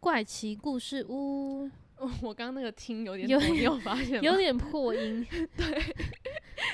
怪奇故事屋，哦我刚刚那个听有点有抖， 你有发现吗？有点 破音。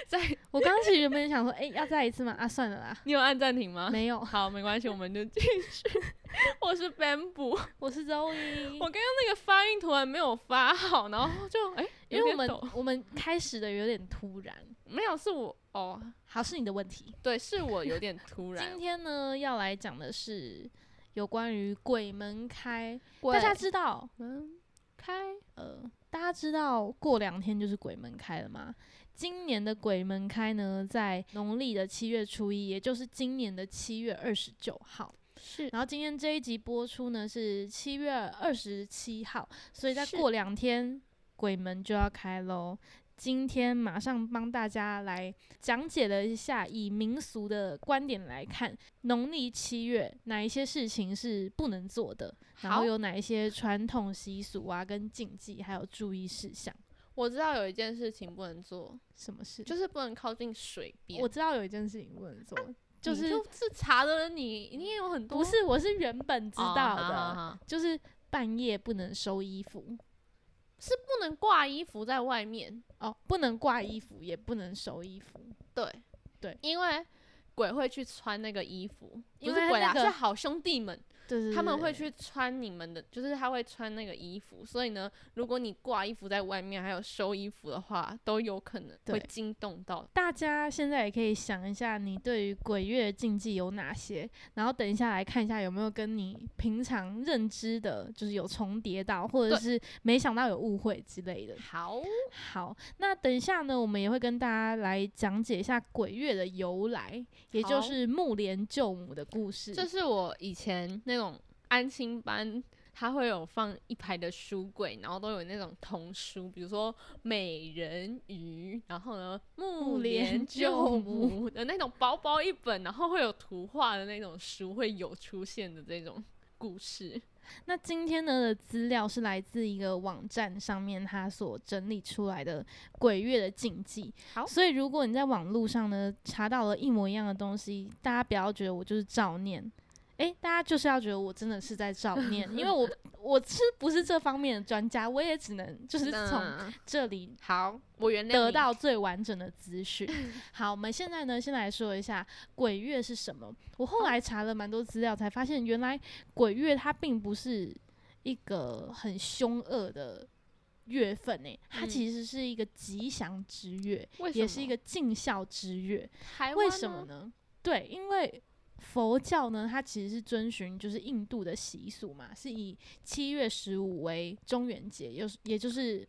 在，我刚刚其实原本想说，哎、要再一次吗？啊，算了啦，你有按暂停吗？没有。好，没关系，我们就继续。 我是 bamboo，我我是周一，刚刚那个发音突然没有发好，然后就哎，因为我有点们抖我们开始的有点突然，没有是我哦，好是你的问题。对，是我有点突今然。天呢，要来讲的是有关于鬼门开。大大家家知道，嗯门开，呃，大家知道过两天就是鬼门开了吗？今年的鬼门开呢，在农历的七月初一，也就是今年的七月二十九号。是然后今天这一集播出呢是七月二十七号，所以再是过两天鬼门就要开喽。今天马上帮大家来讲解了一下，以民俗的观点来看，农历七月哪一些事情是不能做的，然好后有哪一些传统习俗啊、跟禁忌，还有注意事项。我知道有一件事情不能做，什么事？就是不能靠近水边。我知道有一件事情不能做，就你是就是查的人你，你也有很多不是我是原本知哦道好的，好好就是半夜不能收衣服。是不能挂衣服在外面。哦，不能挂衣服，也不能收衣服。对对，因为鬼会去穿那个衣服，因不为是鬼那啦，个是好兄弟们，对对他们会去穿你们的，就是他会穿那个衣服，所以呢，如果你挂衣服在外面，还有收衣服的话，都有可能对会惊动到。大家现在也可以想一下，你对于鬼月的禁忌有哪些？然后等一下来看一下有没有跟你平常认知的，就是有重叠到，或者对是没想到有误会之类的。好，好，那等一下呢，我们也会跟大家来讲解一下鬼月的由来，也好就是木莲救母的故事。这是我以前那种安心班。它会有放一排的书柜，然后都有那种童书，比如说美人鱼，然后呢木莲莲救救母的那种薄薄一本，然后会有图画的那种书会有出现的这种故事。那今天呢的资料是来自一个网站上面它所整理出来的鬼月的禁忌。好所以如果你在网络上呢查到了一模一样的东西，大家不要觉得我就是照念。诶，大家就是要觉得我真的是在照念，因为我我是不是这方面的专家，我也只能就是从嗯这里好，我原谅得你到最完整的 资讯。好，我们现在呢，先来说一下鬼月是什么。我后来查了蛮多资料，才发现原来鬼月它并不是一个很凶恶的月份诶、它嗯其实是一个吉祥之月，为什么也是一个尽孝之月。台湾为呢什么呢？对，因为佛教呢，它其实是遵循就是印度的习俗嘛，是以七月十五为中元节，又是也就是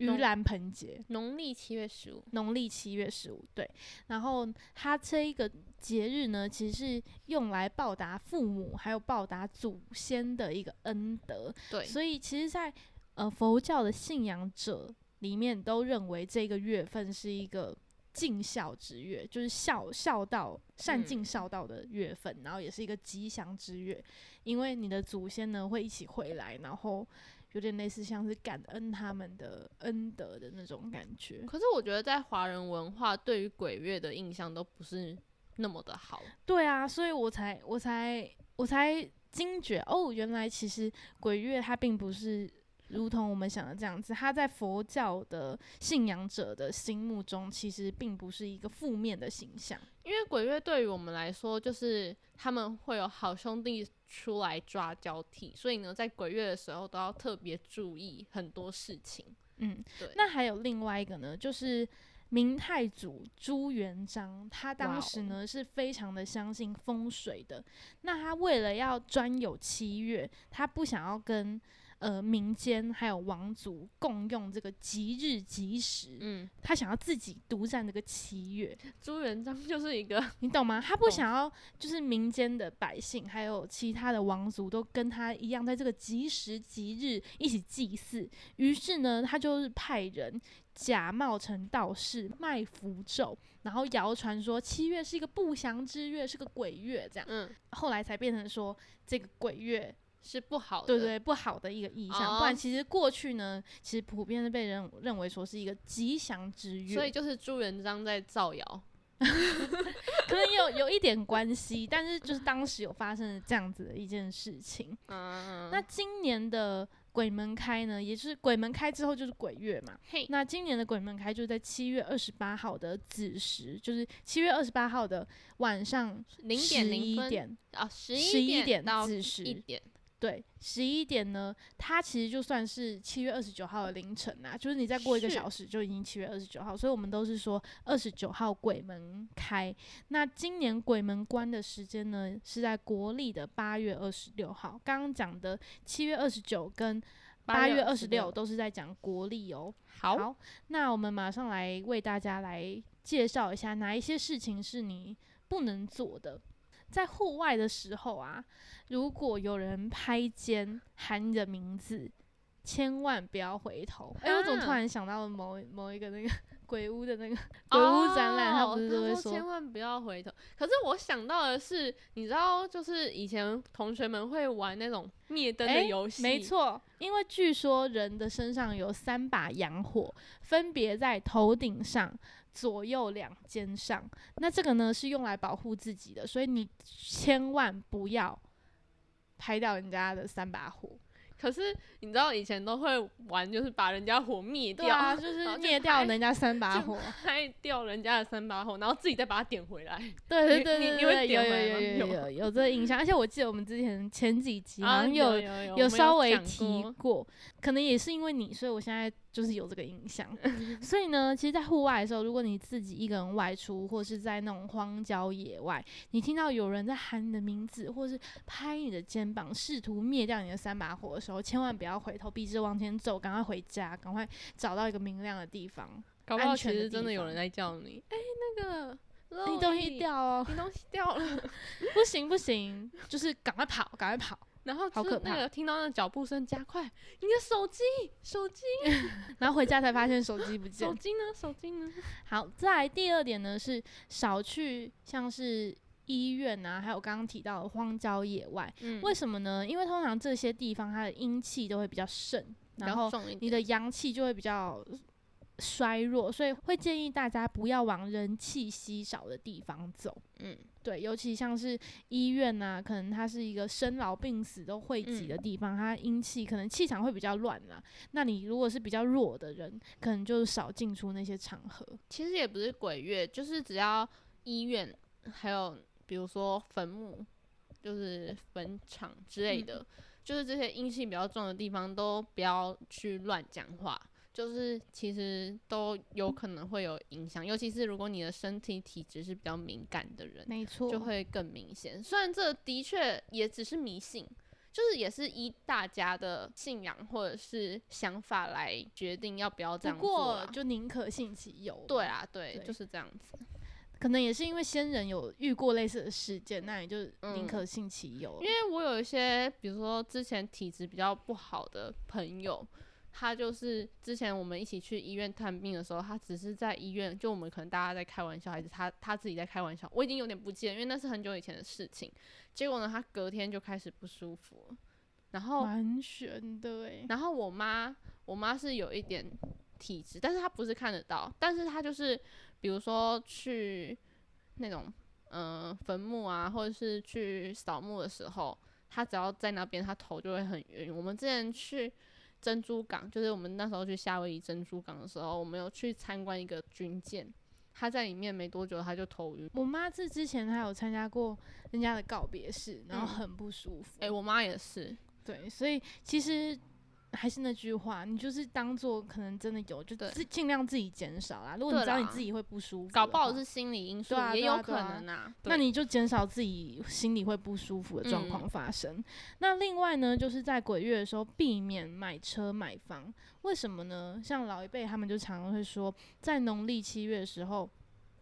盂农兰盆节。农历七月十五，农历七月十五，对。然后它这一个节日呢，其实是用来报答父母还有报答祖先的一个恩德，对，所以其实在，呃佛教的信仰者里面都认为这个月份是一个尽孝之月，就是孝孝道、善尽孝道的月份，然后也是一个吉祥之月，因为你的祖先呢会一起回来，然后有点类似像是感恩他们的恩德的那种感觉。可是我觉得在华人文化对于鬼月的印象都不是那么的好。对啊，所以我才我才我才惊觉哦，原来其实鬼月它并不是如同我们想的这样子，它在佛教的信仰者的心目中，其实并不是一个负面的形象。因为鬼月对于我们来说，就是他们会有好兄弟出来抓交替，所以呢，在鬼月的时候都要特别注意很多事情。嗯对，那还有另外一个呢，就是明太祖朱元璋，他当时呢是非常的相信风水的。那他为了要专有七月，他不想要跟呃民间还有王族共用这个吉日吉时，嗯，他想要自己独占这个七月， 朱元璋就是一个你懂吗？他不懂想要就是民间的百姓还有其他的王族都跟他一样，在这个吉时吉日一起祭祀。于是呢，他就是派人假冒成道士卖符咒，然后谣传说七月是一个不祥之月，是个鬼月，这样。嗯后来才变成说这个鬼月 是不好的，对对，不好的一个意象。哦不然其实过去呢，其实普遍是被认认为说是一个吉祥之月，所以就是朱元璋在造谣， 可能有有一点关系。但是就是当时有发生了这样子的一件事情。嗯，那今年的鬼门开呢，也就是鬼门开之后就是鬼月嘛。嘿，那今年的鬼门开就在七月二十八号的子时，就是七月二十八号的晚上零点零一分点，啊，十十一点点到子时一点，对，十一点呢，它其实就算是七月二十九号的凌晨啦、就是你再过一个是小时就已经七月二十九号，所以我们都是说二十九号鬼门开。那今年鬼门关的时间呢，是在国历的八月二十六号。刚刚讲的七月二十九跟八月二十六都是在讲国历哦。好，好，那我们马上来为大家来介绍一下哪一些事情是你不能做的。在户外的时候啊，如果有人拍肩喊你的名字，千万不要回头。哎、我怎么突啊然想到了某某一个那个 鬼屋的那个鬼屋展览，他哦不是都会说千说，万不要回头。可是我想到的是，你知道，就是以前同学们会玩那种灭灯的诶游戏，没，错，因为据说人的身上有三把阳火，分别在头顶上、左右两肩上。那这个呢是用来保护自己的，所以你千万不要拍到人家的三把火。可是你知道以前都会玩，就是把人家火灭掉，对啊，就然后是就灭掉拍人家三把就火。拍掉人家的三把火，然后自己再把它点回来。对对你对你对你会对，有点回来有吗有有有有有这个印象，而且我记得我们之前前几集好啊，像有有有有有稍微讲提过过，可能也是因为你，所以我现在就是有这个印 象。所以呢，其实，在户外的时候，如果你自己一个人外出，或是在那种荒郊野外，你听到有人在喊你的名字，或是拍你的肩膀，试图灭掉你的三把火的时候，千万不要回头，笔直往前走，赶快回家，赶快找到一个明亮的地方。搞不好安其全的实真地的有方人在叫你，哎、那个。哎你东西，掉哦，你东西掉了，不行不行，就是赶快跑，赶快跑。然后好就可是那怕个听到那脚步声加快，你的手机，手机，然后回家才发现手机不见手。机呢？手机 呢？好，再来第二点呢是少去像是医院啊，还有刚刚提到的荒郊野外。嗯为什么呢？因为通常这些地方它的阴气都会比较盛，比然较后重一你点的阳气就会比较衰弱，所以会建议大家不要往人气稀少的地方走。嗯对，尤其像是医院呐、可能它是一个生老病死都汇集嗯的地方，它阴气可能气场会比较乱啦。那你如果是比较弱的人，可能就少进出那些场合。其实也不是鬼月，就是只要医院，还有比如说坟墓，就是坟场之类嗯的，就是这些阴气比较重的地方，都不要去乱讲话。就是其实都有可能会有影响，尤其是如果你的身体体质是比较敏感的人，没错就会更明显。虽然这的确也只是迷信，就是也是依大家的信仰或者是想法来决定要不要这不样做过啦。就宁可信其有。对，啊，对，对就是这样子。可能也是因为先人有遇过类似的事件，那你就宁嗯可信其有。因为我有一些，比如说之前体质比较不好的朋友，他就是之前我们一起去医院探病的时候，他只是在医院，就我们可能大家在开玩笑，还是他他自己在开玩笑，我已经有点不记得，因为那是很久以前的事情。结果呢，他隔天就开始不舒服了，然后蛮悬的欸诶、然后我妈，我妈是有一点体质，但是她不是看得到，但是她就是比如说去那种嗯、呃坟墓啊，或者是去扫墓的时候，她只要在那边，她头就会很晕。我们之前去珍珠港，就是我们那时候去夏威夷珍珠港的时候，我们有去参观一个军舰，她在里面没多久，她就头晕。我妈是之前她有参加过人家的告别式，然后嗯很不舒服。诶、我妈也是，对，所以其实还是那句话，你就是当做可能真的有，就对自尽量自己减少啦。如果你对知道你啦自己会不舒服，搞不好是。心理因素，对啊也对啊有可对啊能啊。对那嗯你就减少自己心里会不舒服的状况发生。那另外呢，就是在鬼月的时候避免买车买房，为什么呢？像老一辈他们就常常会说，在农历七月的时候，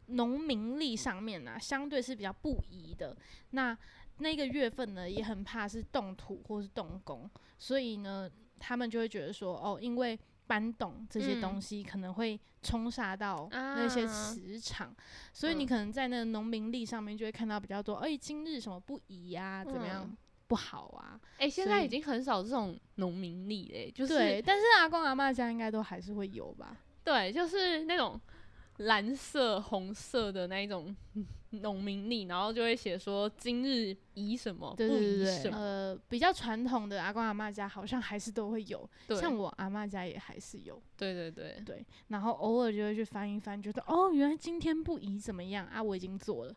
农民历上面呢、相对是比较不宜的。那那个月份呢，也很怕是动土或是动工，所以呢，他们就会觉得说，哦，因为搬动这些嗯东西可能会冲煞到那啊些磁场，所以你嗯可能在那个农民历上面就会看到比较多，哎、今日什么不宜呀、怎么样、嗯不好啊？哎、现所在以已经很少这种农民历嘞，就是对，但是阿公阿妈家应该都还是会有吧？对，就是那种蓝色、红色的那一种 农民历，然后就会写说今日宜什么，对对哦对不宜对什对，么。呃，比较传统的阿公阿妈家好像还是都会有，对，像我阿妈家也还是有，对对对，对，然后偶尔就会去翻一翻，觉得哦，原来今天不宜怎么样啊？我已经做了，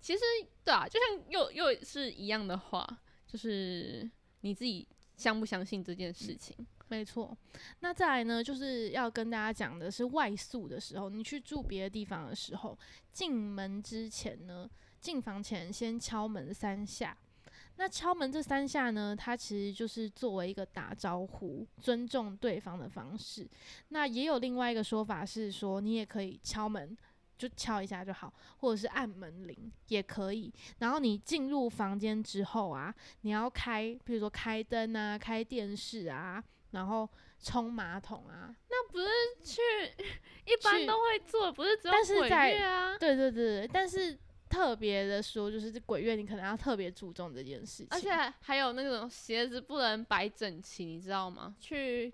其实对啊，就像又又是一样的话，就是你自己相不相信这件嗯事情。没错，那再来呢，就是要跟大家讲的是外宿的时候，你去住别的地方的时候，进门之前呢，进房前先敲门三下。那敲门这三下呢，它其实就是作为一个打招呼、尊重对方的方式。那也有另外一个说法是说，你也可以敲门，就敲一下就好，或者是按门铃也可以。然后你进入房间之后啊，你要开，比如说开灯啊、开电视啊，然后冲马桶啊。那不是去一般去都会做，不是只有但是鬼在月啊。对对对，对但是特别的说，就是这鬼月你可能要特别注重这件事情。哎而且还有那种鞋子不能摆整齐，你知道吗？去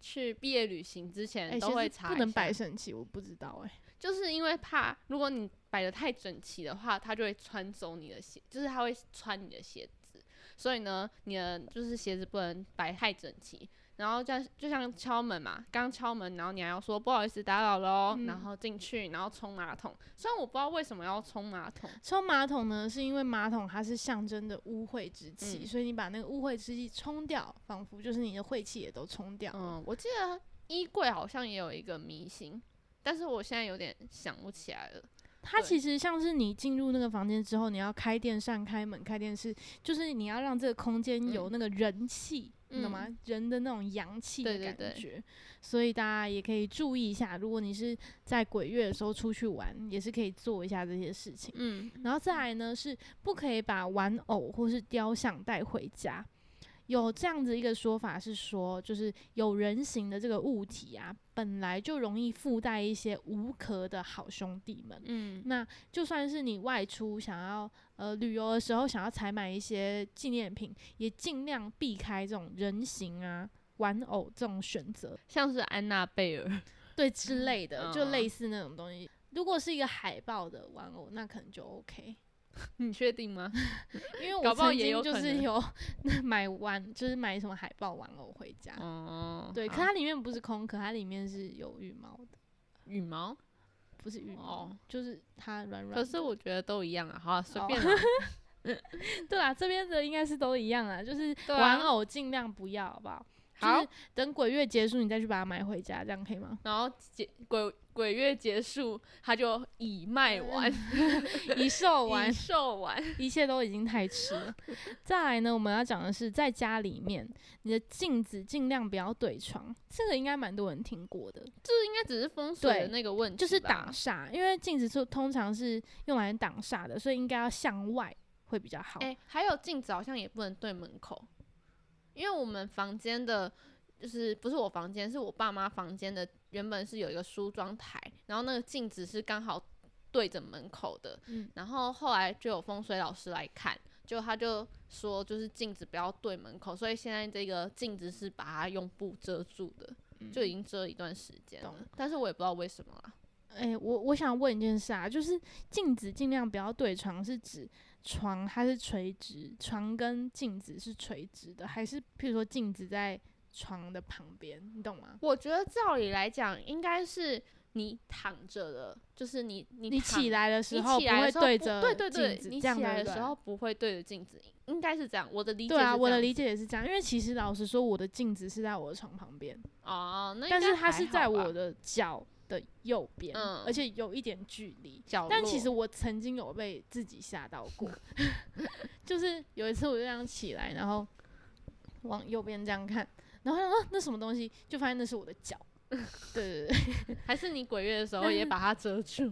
去毕业旅行之前哎，都其实会查一下，不能摆整齐，我不知道哎、就是因为怕如果你摆的太整齐的话，它就会穿走你的鞋，就是它会穿你的鞋子。所以呢，你的就是鞋子不能摆太整齐。然后这样就像敲门嘛，刚敲门，然后你还要说不好意思打扰喽，嗯然后进去，然后冲马桶。虽然我不知道为什么要冲马桶，冲马桶呢，是因为马桶它是象征着污秽之气，嗯所以你把那个污秽之气冲掉，仿佛就是你的晦气也都冲掉了。嗯，我记得衣柜好像也有一个迷信，但是我现在有点想不起来了。它对其实像是你进入那个房间之后，你要开电扇、开门、开电视，就是你要让这个空间嗯有那个人气，你懂吗？人的那种阳气的对感对觉。对所以大家也可以注意一下，如果你是在鬼月的时候出去玩，也是可以做一下这些事情。嗯，然后再来呢，是不可以把玩偶或是雕像带回家。有这样子一个说法是说，就是有人形的这个物体啊，本来就容易附带一些无壳的好兄弟们。嗯，那就算是你外出想要呃旅游的时候，想要采买一些纪念品，也尽量避开这种人形啊、玩偶这种选择，像是安娜贝尔， 对之类的，就嗯类似那种东西。如果是一个海报的玩偶，那可能就 OK，你确定 吗？因为我搞不好曾也有经就可是能有买玩，就是买什么海报玩偶回家。哦，对，可好它里面不是空壳，它里面是有羽毛的，羽毛，不是羽毛，哦就是它软软的。可是我觉得都一样啊，好啊随哦便 啦。对啦，这边的应该是都一样啊，就是对啊玩偶尽量不要，好不好？好就是等鬼月结束，你再去把它买回家，这样可以吗？然后结鬼鬼月结束，他就已卖完， 一售完已，售完。 一切都已经太迟了。再来呢，我们要讲的是，在家里面，你的镜子尽量不要对窗，这个应该蛮多人听过的，这应该只是风水的对那个问题吧，就是挡煞，因为镜子就通常是用来挡煞的，所以应该要向外会比较好。哎、还有镜子好像也不能对门口，因为我们房间的，就是不是我房间，是我爸妈房间的，原本是有一个梳妆台，然后那个镜子是刚好对着门口的，嗯然后后来就有风水老师来看，就他就说就是镜子不要对门口，所以现在这个镜子是把它用布遮住的，就已经遮一段时间了懂，但是我也不知道为什么啦，哎、我我想问一件事啊，就是镜子尽量不要对床，是指床它是垂直，床跟镜子是垂直的，还是譬如说镜子在床的旁边，你懂吗？我觉得照理来讲，应该是你躺着的，就是你你你躺起来的时你候起来的会时候对不着对对对镜，子你这样起来的对不时对候不会对着镜子，应该是这样。我的理解对啊，是我这的样理子解也是这样，因为其实老实说，我的镜子是在我的床旁边，哦，那应但该是它还是好在吧我的脚的右边，嗯而且有一点距离。角落，但其实我曾经有被自己吓到 过，就是有一次我就这样起来，然后往右边这样看，然后想说、啊、那什么东西，就发现那是我的 脚。对对对，还是你鬼月的时候但也是把它遮 住，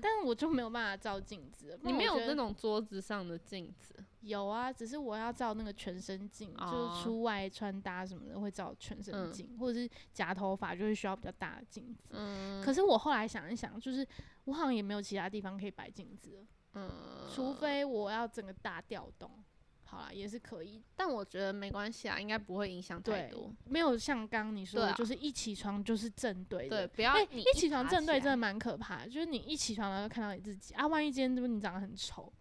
但是我就没有办法照镜子了，不你然没我有觉得那种桌子上的镜子有啊，只是我要照那个全身镜，就是哦出外穿搭什么的会照全身嗯镜，或者是夹头发就会需要比较大的镜子。嗯，可是我后来想一想，就是我好像也没有其他地方可以摆镜子了，嗯，除非我要整个大调动。好啦，也是可以，但我觉得没关系啊，应该不会影响太对多。，没有像刚刚你说对的，啊就是一起床就是正对对，的。不要哎、你一起床爬正对来真的蛮可怕的，就是你一起床然后就看到你自己啊，万一今天这不你长得很丑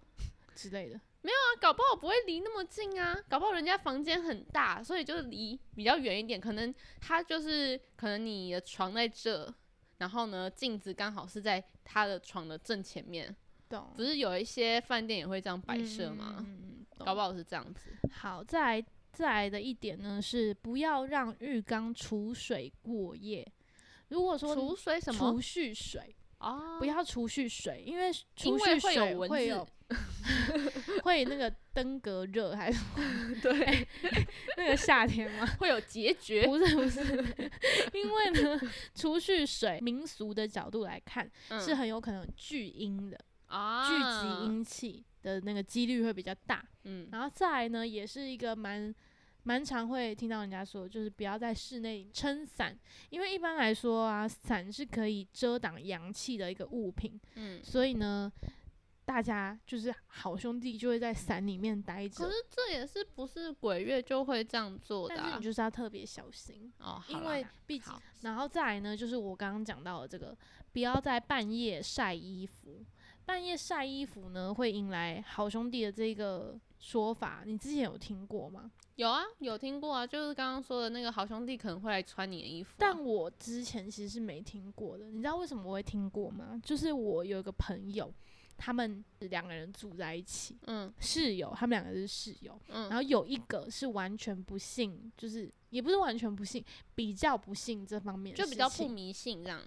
之类的，啊，搞不好不会离那么近啊，搞不好人家房间很大，所以就离比较远一点。可能他就是可能你的床在这，然后呢镜子刚好是在他的床的正前面，懂？不是有一些饭店也会这样摆嗯设嗯吗？哦嗯嗯嗯懂搞不好是这样子。好，再来再来的一点呢是不要让浴缸储水过夜。如果说储水什么储蓄水，啊？ 不要储蓄水，因为储为蓄会有水蚊会子有 会那个登革热还是对，那个夏天吗？会有结节。 不是不是，因为呢，储蓄水民俗的角度来看，嗯是很有可能聚阴的，啊，聚集阴气的那个几率会比较大。嗯，然后再来呢，也是一个蛮蛮常会听到人家说，就是不要在室内撑伞，因为一般来说啊，伞是可以遮挡阳气的一个物品，嗯，所以呢，大家就是好兄弟就会在伞里面待可着是，这也是不是鬼月就会这样做的、但是啊你？就是要特别小心。哦，好因啦为毕竟好，然后再来呢，就是我刚刚讲到的这个，不要在半夜晒衣服。半夜晒衣服呢，会引来好兄弟的这个说法，你之前有听过吗？有啊，有听过啊，就是刚刚说的那个好兄弟可能会来穿你的衣服啊、但我之前其实是没听过的，你知道为什么我会听过吗？就是我有一个朋友，他们两个人住在一起，嗯室友，他们两个是室友，然嗯后有一个是完全不信，就是也不是完全不信，比较不信这方面的就事比较情不迷信这样。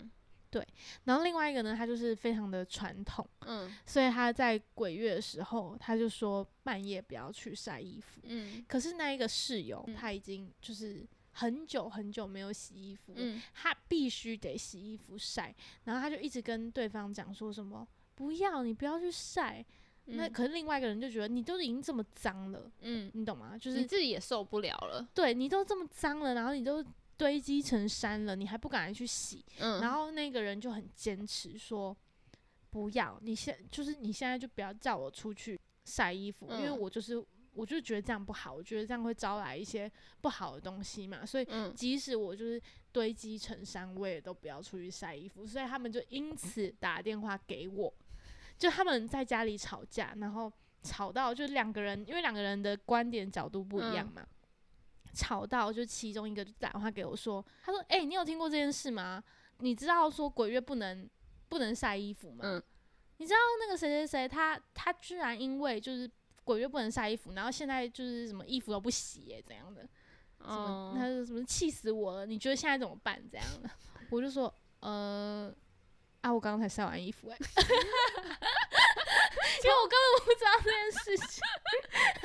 然后另外一个呢，他就是非常的传统，嗯所以他在鬼月的时候，他就说半夜不要去晒衣服。嗯可是那一个室友，嗯他已经就是很久很久没有洗衣服了，嗯，他必须得洗衣服晒，然后他就一直跟对方讲说什么不要你不要去晒。那嗯可是另外一个人就觉得你都已经这么脏了，嗯，你懂吗？就就是你自己也受不了了。对你都这么脏了，然后你都堆积成山了，你还不敢去洗，嗯，然后那个人就很坚持说不要，你现就是你现在就不要叫我出去晒衣服，因为嗯我就是我就觉得这样不好，我觉得这样会招来一些不好的东西嘛，所以嗯即使我就是堆积成山，我也都不要出去晒衣服，所以他们就因此打电话给我，就他们在家里吵架，然后吵到就两个人，因为两个人的观点角度不一样嘛，吵到就其中一个就打电话给我说，他说：“哎、你有听过这件事吗？你知道说鬼月不能不能晒衣服吗？”嗯你知道那个谁谁谁，他他居然因为就是鬼月不能晒衣服，然后现在就是什么衣服都不洗、耶，怎样的？什么，他哦，说什么气死我了，你觉得现在怎么办？这样的， 我就说， 呃，啊，我刚刚才晒完衣服、欸，哎， 因为我根本不知道这件事情，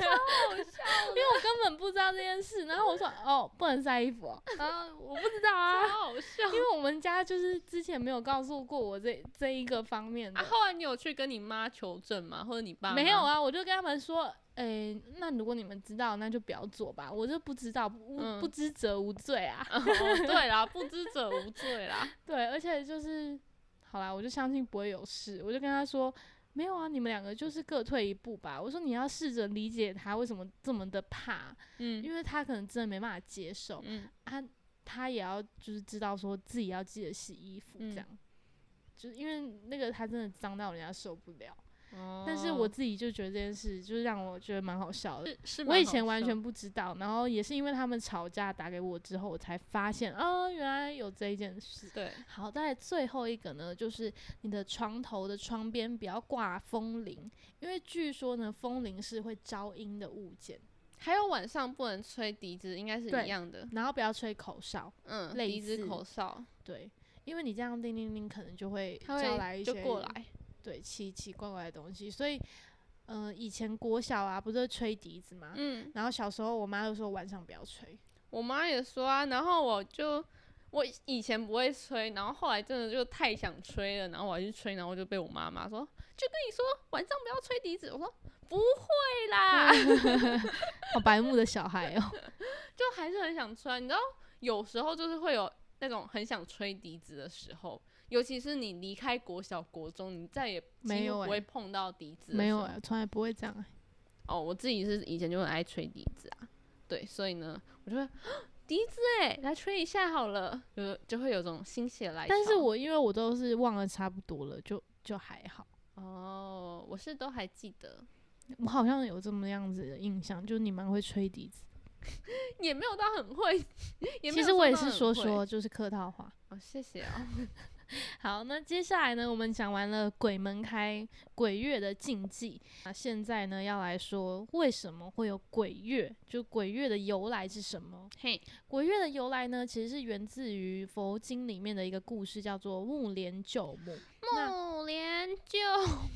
因为我根本不知道这件事，然后我说，哦，不能晒衣服、哦，然后 我不知道啊，好 好笑因。为我们家就是之前没有告诉过我这这一个方面的啊，，后来你有去跟你妈求证吗？或者你爸妈没有？啊，我就跟他们说，诶、那如果你们知道，那就不要做吧，我就不知道，无、嗯不知者无罪啊。哦，对啦，不知者无罪啦。 对，而且就是，好啦，我就相信不会有事，我就跟他说，没有啊，你们两个就是各退一步吧。我说你要试着理解他为什么这么的怕，嗯因为他可能真的没办法接受，嗯他他也要就是知道说自己要记得洗衣服这嗯样，就是因为那个他真的脏到人家受不了。但是我哦自己就觉得这件事，就是让我觉得蛮好笑的。是是我蛮以好前完笑全不知道，然后也是因为他们吵架打给我之后，我才发现哦，原来有这一件事。对好，再来最后一个呢，就是你的床头的窗边不要挂风铃，因为据说呢，风铃是会招阴的物件，还有晚上不能吹笛子，应该是对一样的。然后不要吹口哨，嗯，类笛子、似口哨，对，因为你这样叮叮叮，可能就会它招来会一就些过来。对奇奇怪怪的东西，所以，呃，以前国小啊，不是会吹笛子吗？嗯，然后小时候我妈就说晚上不要吹，我妈也说啊，然后我就我以前不会吹，然后后来真的就太想吹了，然后我还去吹，然后我就被我妈妈说，就跟你说晚上不要吹笛子。我说不会嗯啦， 好白目的小孩哦。就还是很想吹。你知道，有时候就是会有那种很想吹笛子的时候。尤其是你离开国小、国中，你再也几乎没有不欸会碰到笛子的时候、没有、欸，从来不会这样、欸。哦，我自己是以前就很爱吹笛子啊，对，所以呢，我就会笛子哎，来吹一下好了，就就会有种心血来潮。但是我因为我都是忘了差不多了，就就还好。哦，我是都还记得，我好像有这么样子的印象，就是你蛮会吹笛子。也没有到很会，也没其有实我也到是很说会说，就是客套话。哦，谢谢哦， 好，那接下来呢，我们讲完了鬼门开、鬼月的禁忌，那现在呢要来说为什么会有鬼月，就鬼月的由来是什么？嘿，鬼月的由来呢，其实是源自于佛经里面的一个故事，叫做木莲救母。那木莲 就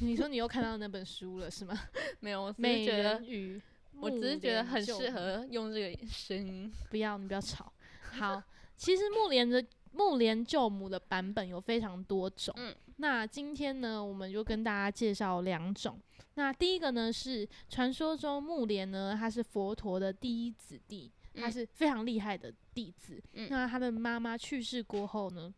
你说你又看到那本书了是吗？没有， 我只美是觉人得，鱼，我只是觉得很适木莲救母。合用这个声音。不要，你不要吵。好，其实木莲的木莲救母的版本有非常多种。嗯那今天呢，我们就跟大家介绍两种。那第一个呢是传说中木莲呢，她是佛陀的第一子弟，她嗯是非常厉害的弟子。嗯那她的妈妈去世过后呢？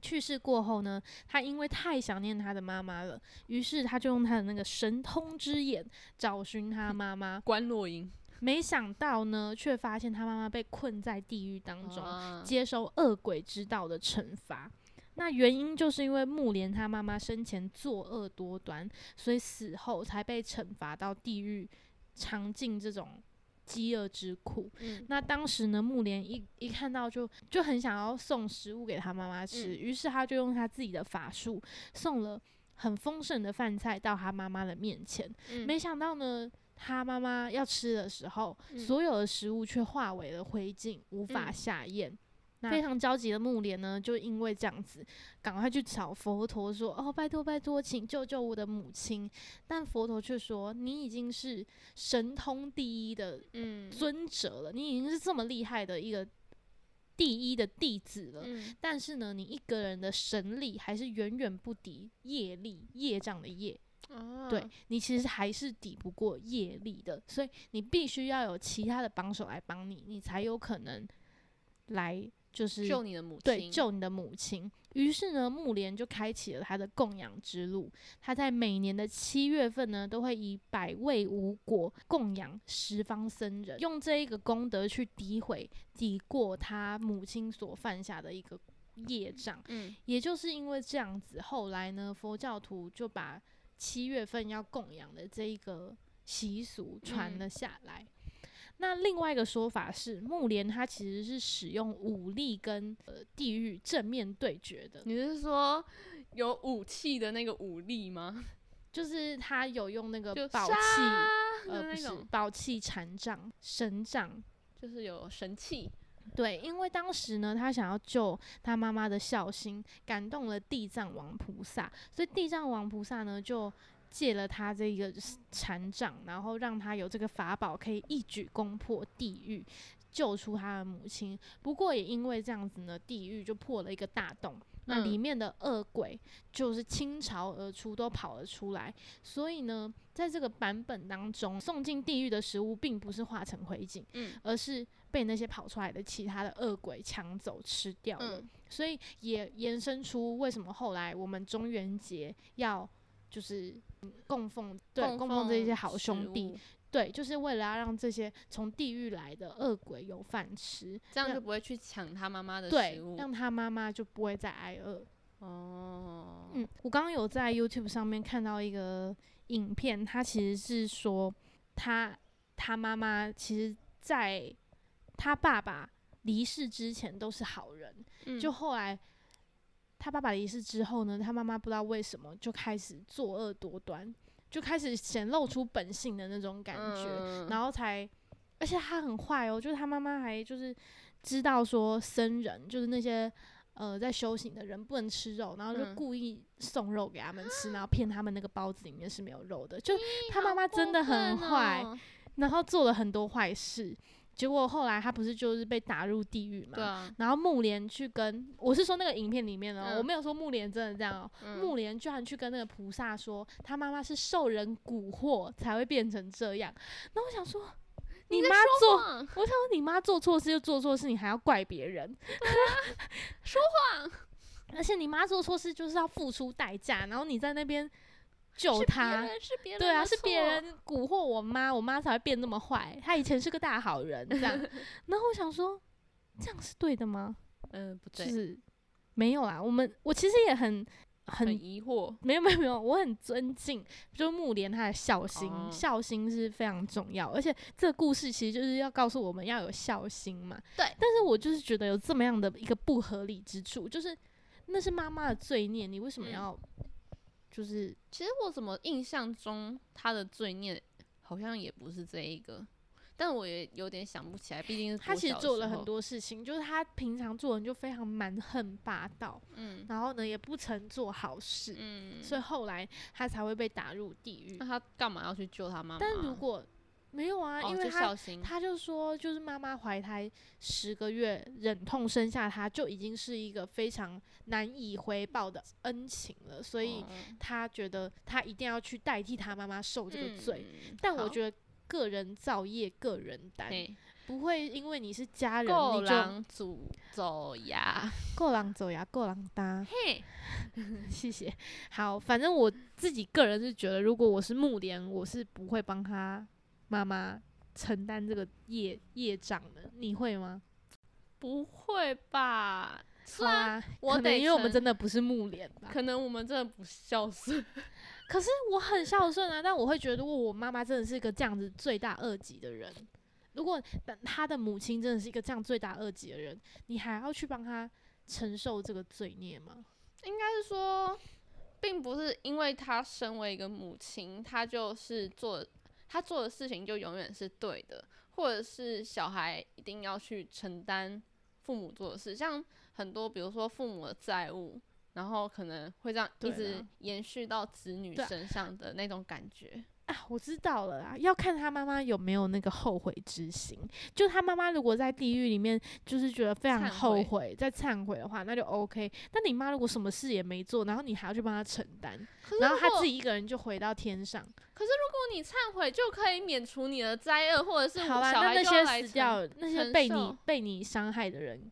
去世过后呢，她因为太想念她的妈妈了，于是她就用她的那个神通之眼找寻她妈妈。关洛音 没想到呢，却发现他妈妈被困在地狱当中，啊接受恶鬼之道的惩罚。那原因就是因为木莲他妈妈生前作恶多端，所以死后才被惩罚到地狱，尝尽这种饥饿之苦。嗯那当时呢，木莲一一看到就就很想要送食物给他妈妈吃，嗯于、是他就用他自己的法术送了很丰盛的饭菜到他妈妈的面前。嗯没想到呢，他妈妈要吃的时候，嗯所有的食物却化为了灰烬，无法嗯下咽。那非常焦急的木莲呢，就因为这样子，赶快去找佛陀说：“哦，拜托拜托，请救救我的母亲。”但佛陀却说：“你已经是神通第一的嗯尊者了，你已经是这么厉害的一个第一的弟子了。嗯但是呢，你一个人的神力还是远远不敌业力，业障的业，哦对你其实还是抵不过业力的，所以你必须要有其他的帮手来帮你，你才有可能来就是救你的母亲，对救你的母亲。于是呢，木莲就开启了他的供养之路。他在每年的七月份呢，都会以百味无果供养十方僧人，用这一个功德去诋毁、抵过他母亲所犯下的一个业障。嗯也就是因为这样子，后来呢，佛教徒就把七月份要供养的这一个习俗传嗯了下来。那另外一个说法是，木莲它其实是使用武力跟呃地狱正面对决的，你是说有武器的那个武力吗？就是他有用那个就呃宝器，杀的呃不那是种，宝器禅杖、神杖，就是有神器。对，因为当时呢，他想要救他妈妈的孝心，感动了地藏王菩萨，所以地藏王菩萨呢就借了他这个禅杖，然后让他有这个法宝，可以一举攻破地狱，救出他的母亲。不过也因为这样子呢，地狱就破了一个大洞。那里嗯面的恶鬼就是倾巢而出，都跑了出来。所以呢，在这个版本当中，送进地狱的食物并不是化成灰烬，嗯而是被那些跑出来的其他的恶鬼抢走吃掉了。嗯所以也延伸出为什么后来我们中元节要就是嗯供奉对供奉这些好兄弟，，对，就是为了要让这些从地狱来的恶鬼有饭吃，这样让就不会去抢他妈妈的对食物。让他妈妈就不会再挨饿。哦，嗯，我刚刚有在 YouTube 上面看到一个影片，他其实是说他他妈妈其实在他爸爸离世之前都是好人，嗯就后来他爸爸离世之后呢，他妈妈不知道为什么就开始作恶多端，就开始显露出本性的那种感觉。嗯然后才，而且他很坏哦，就是他妈妈还就是知道说僧人就是那些呃在修行的人不能吃肉，然后就嗯故意送肉给他们吃，然后骗他们那个包子里面是没有肉的，就他好妈妈真的过很分坏，哦然后做了很多坏事，结果后来他不是就是被打入地狱嘛？对啊，然后木莲去跟我是说那个影片里面哦，嗯我没有说木莲真的这样哦，木莲居然去跟那个菩萨说，他妈妈是受人蛊惑才会变成这样。那我想说，你妈做做，我想说你妈做错事就做错事，你还要怪别人，啊说谎。 而且你妈做错事就是要付出代价，然后你在那边救是别她，人，是别人，对啊，是别。人蛊惑我妈，我妈才会变那么坏。她以前是个大好人，这样。然后我想说，这样是对的吗？嗯，不就对，是没有啦。啊我们我其实也很很很疑惑。没有没有没有，我很尊敬，就是木莲他的孝心，哦孝心是非常重要，而且这个故事其实就是要告诉我们要有孝心嘛。对但是我就是觉得有这么样的一个不合理之处，就是那是妈妈的罪孽，你为什么嗯要、就是其实我怎么印象中他的罪孽好像也不是这一个，但我也有点想不起来，毕竟是他国其实小的做时了很候，多事情，就是他平常做人就非常蛮横霸道，嗯然后呢也不曾做好事，嗯，啊所以后来他才会被打入地狱那。他干嘛要去救他妈妈？啊但如果没有啊，哦因为就他孝心，他就说，就是妈妈怀胎十个月，忍痛生下他，就已经是一个非常难以回报的恩情了，所以哦他觉得他一定要去代替他妈妈受这个罪。，嗯但我好觉得个人造业，个人担，嘿不会因为你是家人够你就狼主走呀， 够狼走呀，够狼搭。嘿， 谢谢。好，反正我自己个人是觉得，如果我是木莲，我是不会帮他妈妈承担这个业业障的。你会吗？不会吧？好啦，我可能得啊因为我们承真的不是木莲吧。可能我们真的不孝顺，可是我很孝顺啊，但我会觉得，如果我妈妈真的是一个这样子罪大恶极的人，如果但她的母亲真的是一个这样罪大恶极的人，你还要去帮她承受这个罪孽吗？应该是说，并不是因为她身为一个母亲，她就是做她做的事情就永远是对的，或者是小孩一定要去承担父母做的事，像很多比如说父母的债务。然后可能会这样一对直啦延续到子女对啊身上的那种感觉，啊，我知道了啦，要看她妈妈有没有那个后悔之心。就她妈妈如果在地狱里面就是觉得非常忏后悔悔，在忏悔的话，那就 OK。但你妈如果什么事也没做，然后你还要去帮她承担，可是然后如她果自己一个人就回到天上。如果你忏悔就可以免除你的灾厄，或者是好啦，小那孩那就要来些承死掉那些承被你受被你伤害的人，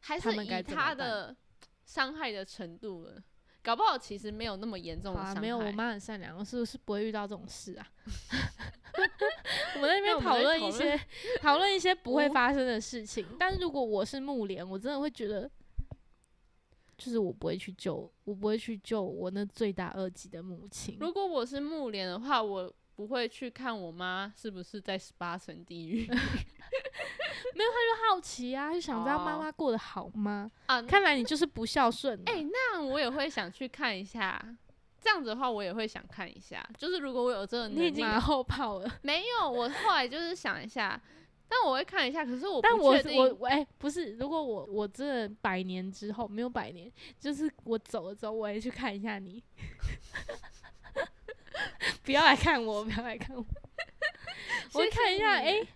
还他是们以该怎么他办的伤害的程度了，搞不好其实没有那么严重好的伤啊，害。没有，我妈很善良，我是是不会遇到这种事 啊。我们在那那边我们讨在论哦讨论一些讨论一些不会无发生的事情，但是如果我是木莲，我真的会觉得，就是我不会去救，我不会去救我那罪大恶极的母亲。如果我是木莲的话，我不会去看我妈是不是在十八层地 狱好奇啊，就想知道妈哦妈过得好吗？啊。那看来你就是不孝顺、啊。哎那我也会想去看一下。这样子的话，我也会想看一下。就是如果我有这个能你已力经，马后炮了。没有。我后来就是想一下，但我会看一下。可是我但不我确定我我哎、不是，如果我我真的百年之后没有百年，就是我走了之后，我也去看一下你。 不要来看我，不要来看我， 我会谢谢看一下你哎，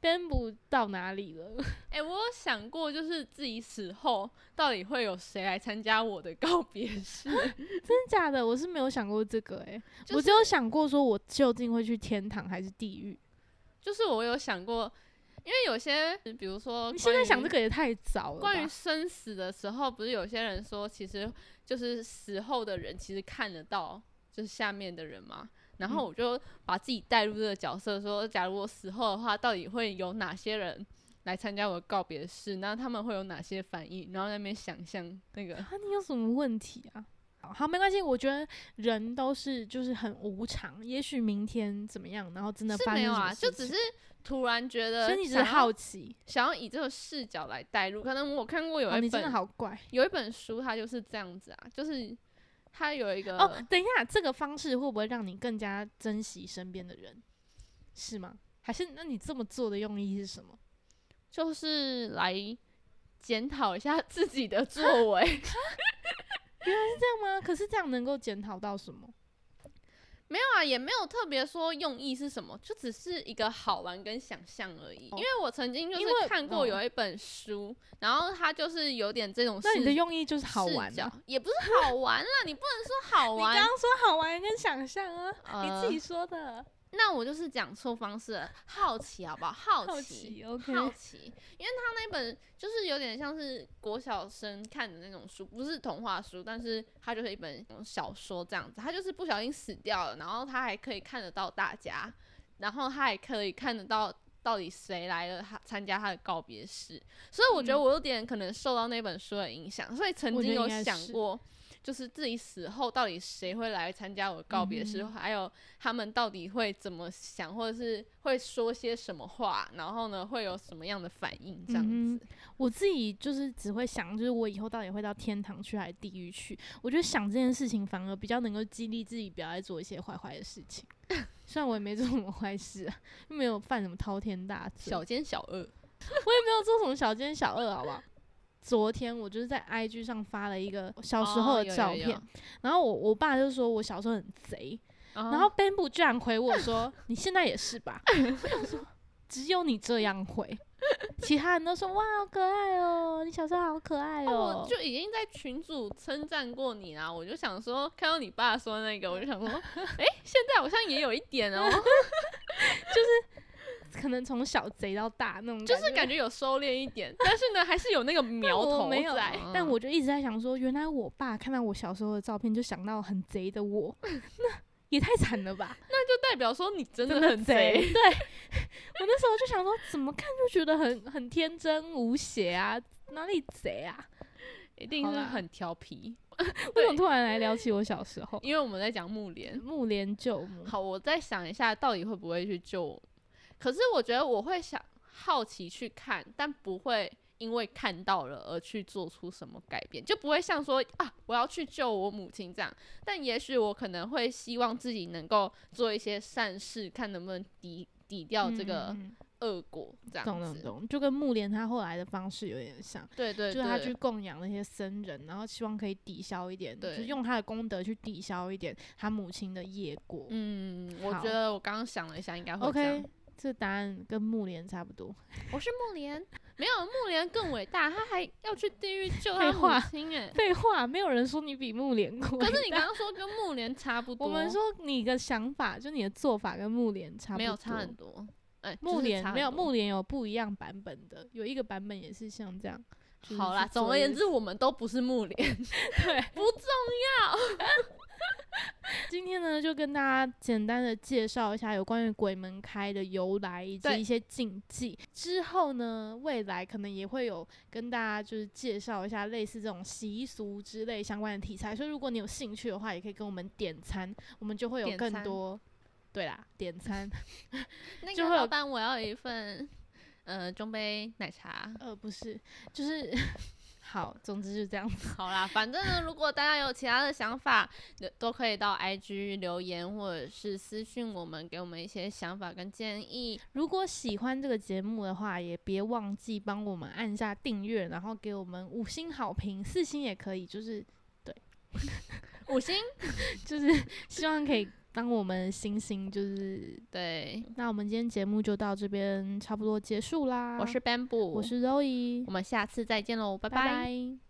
边不到哪里了？ 哎、我有想过，就是自己死后到底会有谁来参加我的告别式？真的假的？我是没有想过这个哎、就我只有想过说我究竟会去天堂还是地狱。就是我有想过，因为有些比如说你现在想这个个也太早哦了吧。关于生死的时候，不是有些人说，其实就是死后的人其实看得到，就是下面的人嘛。然嗯后我就把自己带入这个角色说假如我死后的话，到底会有哪些人来参加我的告别式，那他们会有哪些反应？然后在那边想象那个，啊，你有什么问题啊？好好，没关系，我觉得人都是就是很无常，也许明天怎么样，然后真 的是发没生有什么啊，事就只情是突然觉得，所以你只是好奇，想要以这个视角来带入。可能我看过有哦，一你本、真的好怪有一本书，它就是这样子啊，就是它有一个哦。等一下，这个方式会不会让你更加珍惜身边的人？是吗？还是那你这么做的用意是什么？就是来检讨一下 自己的作为。这样吗？可是这样能够检讨到什么？没有啊，也没有特别说用意是什么，就只是一个好玩跟想象而已。哦因为我嗯曾经就因为是看过哦有一本书，然后它就是有点这种那你的视用意就是好玩视吗角，也不是好玩啦，你不能说好你刚玩刚。说好玩跟想象啊，你自己呃，说的。那我就是讲错方式了，好奇好不好？好好奇哦奇 ，OK 好奇，因为他那本就是有点像是国小生看的那种书，不是童话书，但是它就是一本小说这样子。他就是不小心死掉了，然后他还可以看得到大家，然后他还可以看得到到底谁来了他参加他的告别式。所以我觉得我有点可能受到那本书的影响，所以曾嗯我觉经得有应该想是过。就是自己死后到底谁会来参加我的告别式，嗯还有他们到底会怎么想，或者是会说些什么话，然后呢会有什么样的反应这样嗯子哼。我自己就是只会想，就是我以后到底会到天堂去还是地狱去？我觉得想这件事情反而比较能够激励自己，不要再做一些坏坏的事情。 虽然我也没做什么坏事、啊，又没有犯什么滔天大罪，小奸小恶，我也没有做什么小奸小恶，好不好？昨天我就是在 IG 上发了一个小时候哦的照片，，然后我我爸就说我小时候很贼，然然后 Bamboo 居然回我说：“你现在也是吧？”我想说，只有你这样回，其他人都说：“哇，好可爱哦，你小时候好可爱哦。我就已经在群组称赞过你啦，我就想说看到你爸说那个，我就想说，哎、现在好像也有一点 哦、可能从小贼到大那种，就是感觉有收敛一点，但是呢还是有那个苗我头没有在。嗯但我就一直在想说，原来我爸看到我小时候的照片，就想到很贼的我， 那也太惨了吧！那就代表说你真的的很贼，对 我那时候就想说，怎么看就觉得很很天真无邪啊，哪里贼啊？一定好是啦很调皮。为什么突然来聊起我小时候？因为我们在讲木莲。木莲救母，好，我再想一下，到底会不会去救我？可是我觉得我会想好奇去看，但不会因为看到了而去做出什么改变，就不会像说啊，我要去救我母亲这样。但也许我可能会希望自己能够做一些善事，看能不能抵抵掉这个嗯嗯恶果，这嗯懂样懂子。懂，就跟木莲他后来的方式有点像，对对就是他去对，供养那些僧人，然后希望可以抵消一点，就对是用他的功德去抵消一点他母亲的业果。嗯，我好觉得我刚刚想了一下，应该会这样。 OK，这答案跟木莲差不多。 我是木莲，没有木莲更伟大，他还要去地狱救废他母话亲哎、废话，没有人说你比木莲贵。可是你刚刚说跟木莲差不多， 我们说你的想法，就你的做法跟木莲差不多，没有差很。多，哎、就是木莲差很没有多木莲有不一样版本的，有一个版本也是像这样。就是好啦，去总做而一言些之，我们都不是木莲，对，不重今天呢，就跟大家简单的介绍一下有关于鬼门开的由来以及对一些禁忌。之后呢，未来可能也会有跟大家就是介绍一下类似这种习俗之类相关的题材。所以如果你有兴趣的话，也可以跟我们点餐，我们就会有点更餐多。对啦，点餐， 那就个会有老板，我要一份呃中杯奶茶。呃，不是，就是 好，总之就这样子。好啦，反正呢，如果大家有其他的想法，留都可以到 IG 留言或者是私讯我们，给我们一些想法跟建议。如果喜欢这个节目的话，也别忘记帮我们按下订阅，然后给我们五星好评，四星也可以，就是五星，就是 希望可以帮我们星星，就是对，那我们今天节目就到这边差不多结束啦。我是 Bamboo，我是 Zoe，我们下次再见喽，拜拜拜